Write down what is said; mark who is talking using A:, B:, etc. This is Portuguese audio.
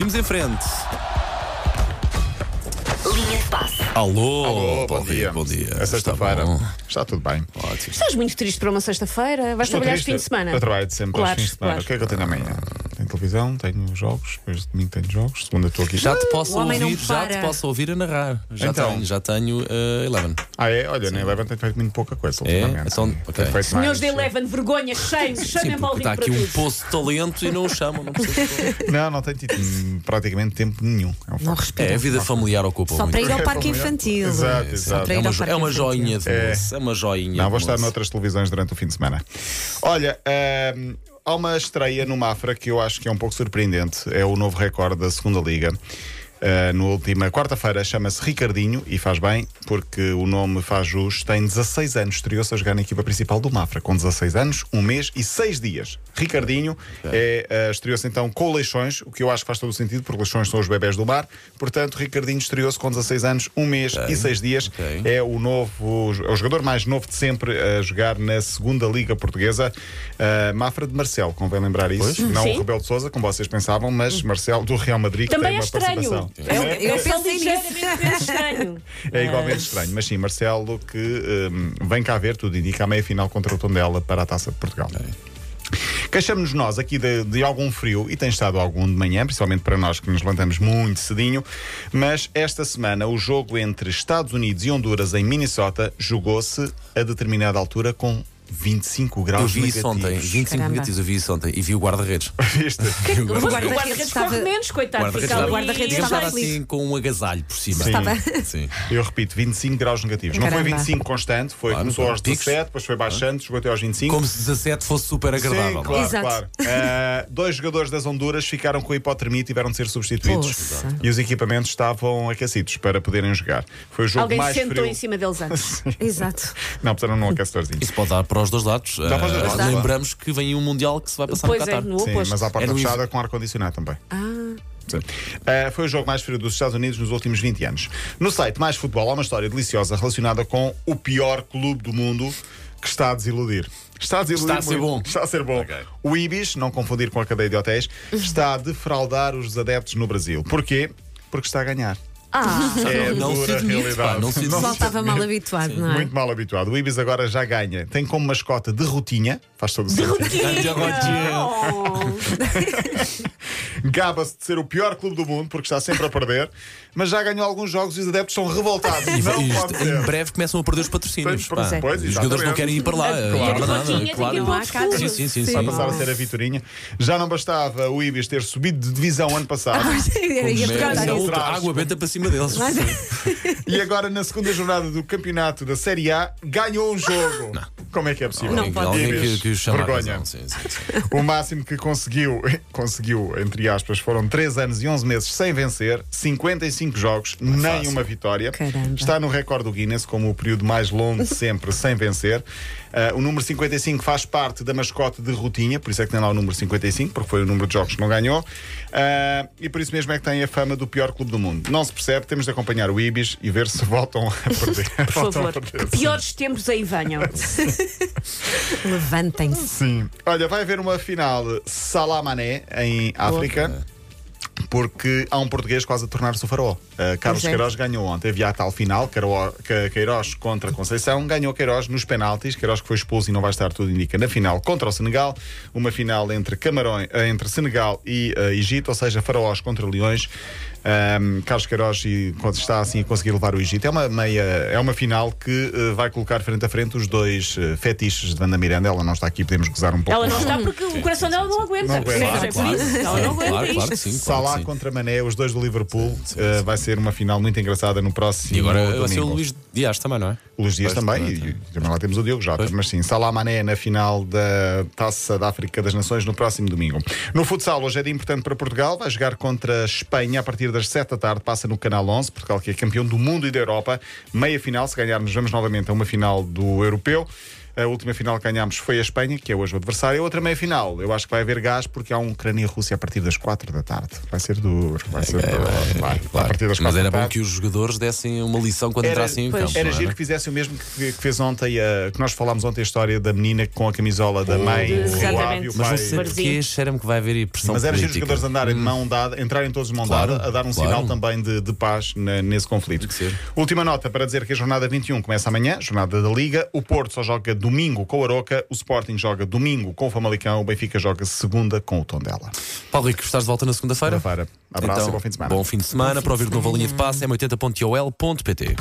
A: Seguimos em frente.
B: Linha de passe.
A: Alô,
C: Alô,
A: bom, dia, bom dia.
C: É sexta-feira.
A: Está bom.
C: Está tudo bem.
A: Ótimo.
D: Estás muito triste para uma sexta-feira? Vais
C: Estou
D: trabalhar
C: triste.
D: este fim de semana?
C: Eu trabalho sempre aos
D: Claro,
C: fins de semana.
D: claro.
C: O que é que eu tenho amanhã? Tenho televisão, tenho jogos, depois de domingo tenho jogos, segunda estou aqui.
A: Já te posso
D: O homem não
A: ouvir, já
D: para.
A: te posso ouvir a narrar. Já
C: Então.
A: tenho, já tenho eh, Eleven.
C: Ah, é? Olha, nem Eleven tem feito muito pouca coisa
A: É?
C: ultimamente.
A: Então,
C: Tem
A: ok.
C: feito
D: Senhores de
C: mais,
D: Eleven, vergonha, shame,
A: Sim,
D: chamem
A: porque
D: Paulinho
A: está
D: para
A: aqui um
D: tudo.
A: poço de talento e não o chamam. Não percebo.
C: eh, Não, não tenho tido hum, praticamente tempo nenhum. É um
E: Não
C: facto.
A: é,
E: respira.
A: a vida familiar ocupa
E: Só
A: muito.
E: para ir ao
C: É
E: parque
C: familiar.
E: infantil.
C: Exato,
E: Só
C: exato.
E: para
A: É
E: ir
A: uma,
E: ao
A: jo-
E: parque
A: é uma
E: infantil.
A: joinha de moço. É. uma joinha.
C: Não,
A: de
C: vou estar
A: moço.
C: noutras televisões durante o fim de semana. Olha, hum, há uma estreia no Mafra que eu acho que é um pouco surpreendente. É o novo recorde da segunda Liga. Uh, na última quarta-feira chama-se Ricardinho e faz bem porque o nome faz jus. Tem 16 anos, estreou-se a jogar na equipa principal do Mafra com 16 anos, um mês e 6 dias. Ricardinho é, uh, estreou-se então com Leixões, o que eu acho que faz todo o sentido porque Leixões são os bebés do mar. Portanto, Ricardinho estreou-se com 16 anos, um mês e 6 dias.
A: Ok.
C: É o novo, é o jogador mais novo de sempre a jogar na segunda Liga Portuguesa. Uh, Mafra de Marcel, convém lembrar isso. Não
D: Sim. Hum.
C: o Rebelo de Souza, como vocês pensavam, mas Marcel do Real Madrid que
D: Também
C: tem
D: é
C: uma
D: estranho.
C: participação.
D: É, um-
E: Eu-
D: é
E: eu
D: só
E: pensei nisso.
D: ligeiramente menos estranho.
C: É igualmente estranho, mas sim, Marcelo que hum, vem cá ver tudo, indica a meia final contra o Tondela para a Taça de Portugal.
A: É.
C: Queixamos-nos nós aqui de, de algum frio e tem estado algum de manhã, principalmente para nós que nos levantamos muito cedinho, mas esta semana o jogo entre Estados Unidos e Honduras em Minnesota jogou-se a determinada altura com 25 graus
A: Eu vi isso ontem,
C: negativos.
A: 25
E: Caramba.
A: negativos, eu vi isso ontem e vi o guarda-redes.
C: Viste?
A: Vi o
D: O
A: guarda-redes.
E: guarda-redes
D: guarda-redes
E: estava-
D: corre menos, coitado.
A: Guarda-redes
D: fica
A: estava-
D: ali
E: guarda-redes
A: digamos, estava
E: estava
D: feliz.
A: assim com um agasalho por cima.
C: Sim.
E: Estava-
A: Sim.
C: Eu repito, 25 graus negativos. Não foi
E: Caramba.
C: 25 constante, foi
A: Claro,
C: começou
A: claro.
C: aos
A: Picos.
C: 17, depois foi baixando, chegou até aos 25.
A: Como se 17 fosse super agradável. é?
C: Sim, claro,
E: Exato.
C: claro. Ah, dois jogadores das Honduras ficaram com hipotermia e tiveram de ser substituídos.
E: Poça.
C: E os equipamentos estavam aquecidos para poderem jogar. Foi o jogo
D: Alguém
C: mais
D: sentou
C: frio.
D: em cima deles antes.
E: Exato.
C: Não, puseram num aquecedorzinho.
A: Isso pode dar para os dois lados.
C: para os dois
A: Ah,
C: lados, claro.
A: Lembramos que vem um Mundial que se vai passar
D: Pois
A: no
D: é,
A: Qatar.
D: no
C: Sim,
D: oposto.
C: mas à porta
A: Era um
C: fechada com ar-condicionado também. Sim. Ah, foi o jogo mais frio dos Estados Unidos nos últimos 20 anos. No site Mais Futebol há uma história deliciosa relacionada com o pior clube do mundo que está a desiludir. Está a desiludir.
A: Está a ser
C: muito.
A: bom.
C: Está a ser bom. O Ibis, não confundir com a cadeia de hotéis, está a defraudar os adeptos no Brasil. Porquê? Porque está a ganhar.
D: Ah,
C: É
A: Não se
C: dura
A: admite, pá,
C: realidade.
A: não se
E: Pessoal
A: admite.
E: estava mal habituado, não é?
C: Muito mal habituado. O Ibis agora já ganha. Tem como mascota de rotinha, faz todo o sentido.
D: oh,
C: Gaba-se de ser o pior clube do mundo, porque está sempre a perder, mas já ganhou alguns jogos e os adeptos são revoltados.
A: E
C: não
A: isto,
C: pode
A: em
C: ser.
A: breve começam a perder os patrocínios.
C: Pois,
A: pá.
C: pois,
A: os jogadores não
C: exatamente.
A: querem ir para lá.
C: Claro.
A: ir
C: E a
A: para nada,
D: plaquinha tem
A: claro.
D: que ir para outros
E: Não há casa.
A: Sim, sim, sim.
C: Vai
A: sim.
C: passar a ser a Vitorinha. Já não bastava o Ibis ter subido de divisão ano passado.
E: Era ia
A: Mas
E: perguntar
A: é
C: isso.
A: outra
C: Traz.
A: água benta para cima deles.
D: é-
C: E agora, na segunda jornada do campeonato da Série A, ganhou um jogo. Como é que é possível?
E: Não pode
A: Alguém
C: Ibis,
A: que, que os chama a
C: Vergonha.
A: razão, sim, sim, sim.
C: O máximo que conseguiu, conseguiu, entre aspas, foram 3 anos e 11 meses sem vencer, 55 jogos, nem
A: fácil.
C: uma vitória.
E: Caramba.
C: Está no recorde do Guinness como o período mais longo de sempre sem vencer. Ah, o número 55 faz parte da mascote de Rotinha, por isso é que tem lá o número 55, porque foi o número de jogos que não ganhou. Ah, e por isso mesmo é que tem a fama do pior clube do mundo. Não se percebe, temos de acompanhar o Ibis e ver se voltam a perder.
D: por
C: Voltam a
D: favor, que
C: perder.
D: piores tempos aí venham.
E: isso. Levantem-se.
C: Sim. Olha, vai haver uma final Salamané em África. Porque há um português quase a tornar-se o farol. Uh, Carlos
E: Pois é.
C: Queiroz ganhou ontem, havia a tal final, Queiro- Que- Queiroz contra Conceição, ganhou Queiroz nos penaltis, Queiroz que foi expulso e não vai estar, tudo indica, na final contra o Senegal, uma final entre, Camarões, eh, entre Senegal e eh, Egito, ou seja, faraós contra leões. Um, Carlos Queiroz e, quando está assim a conseguir levar o Egito, é uma, meia, é uma final que eh, vai colocar frente a frente os dois eh, fetiches de Wanda Miranda, ela não está aqui, podemos gozar um pouco.
D: Ela não
C: com
D: está porque o coração dela não aguenta.
C: Não aguenta.
D: Percebes? É por isso. Ela não aguenta
A: claro,
D: isto.
A: claro que sim. Claro
C: Salah
A: que sim.
C: contra Mané, os dois do Liverpool.
A: Sim, sim,
C: Eh,
A: sim.
C: vai ser uma final muito engraçada no próximo.
A: E agora eh, vai ser o
C: domingo.
A: Luís Dias também, não é?
C: Luís Dias
A: Pois,
C: também.
A: pois,
C: E, e também lá temos o Diogo Jota.
A: Pois.
C: Mas sim, Salah Mané na final da Taça da África das Nações no próximo domingo. No futsal, hoje é dia importante para Portugal. Vai jogar contra a Espanha a partir das 7 da tarde. Passa no Canal 11. Portugal que é campeão do mundo e da Europa. Meia final. Se ganharmos, vamos novamente a uma final do Europeu. A última final que ganhámos foi a Espanha, que é hoje o adversário. A outra meia final, eu acho que vai haver gás, porque há um Ucrânia-Rússia a partir das 4 da tarde. Vai ser duro, vai ser duro. Vai. A partir
A: É, Mas
C: das 4
A: era
C: da
A: bom
C: tarde.
A: que os jogadores dessem uma lição quando entrassem em
D: pois.
A: campo. assim,
C: Era
A: então, não é, né?
C: giro que fizesse o mesmo que, que fez ontem, a- que nós falámos ontem a história da menina com a camisola da mãe, o
D: Exatamente.
C: lábio,
A: Mas
C: o pai.
A: não sei porque
D: Barzinho.
A: cheira-me que vai haver aí pressão
C: Mas era giro os
A: política. Hum.
C: jogadores andarem de mão dada, entrarem todos de mão
A: Claro,
C: dada, a dar um
A: claro.
C: sinal também de, de paz na- nesse conflito.
A: que ser.
C: Última nota para dizer que a jornada 21 começa amanhã, jornada da Liga. O Porto só joga domingo com o Aroca, o Sporting joga domingo com o Famalicão, o Benfica joga segunda com o Tondela.
A: Paulo Rico, estás de volta na segunda-feira? Então,
C: Segunda-feira. Abraço e bom fim de semana.
A: Bom fim de semana. Para ouvir de novo a linha de passe, é 80.ol.pt.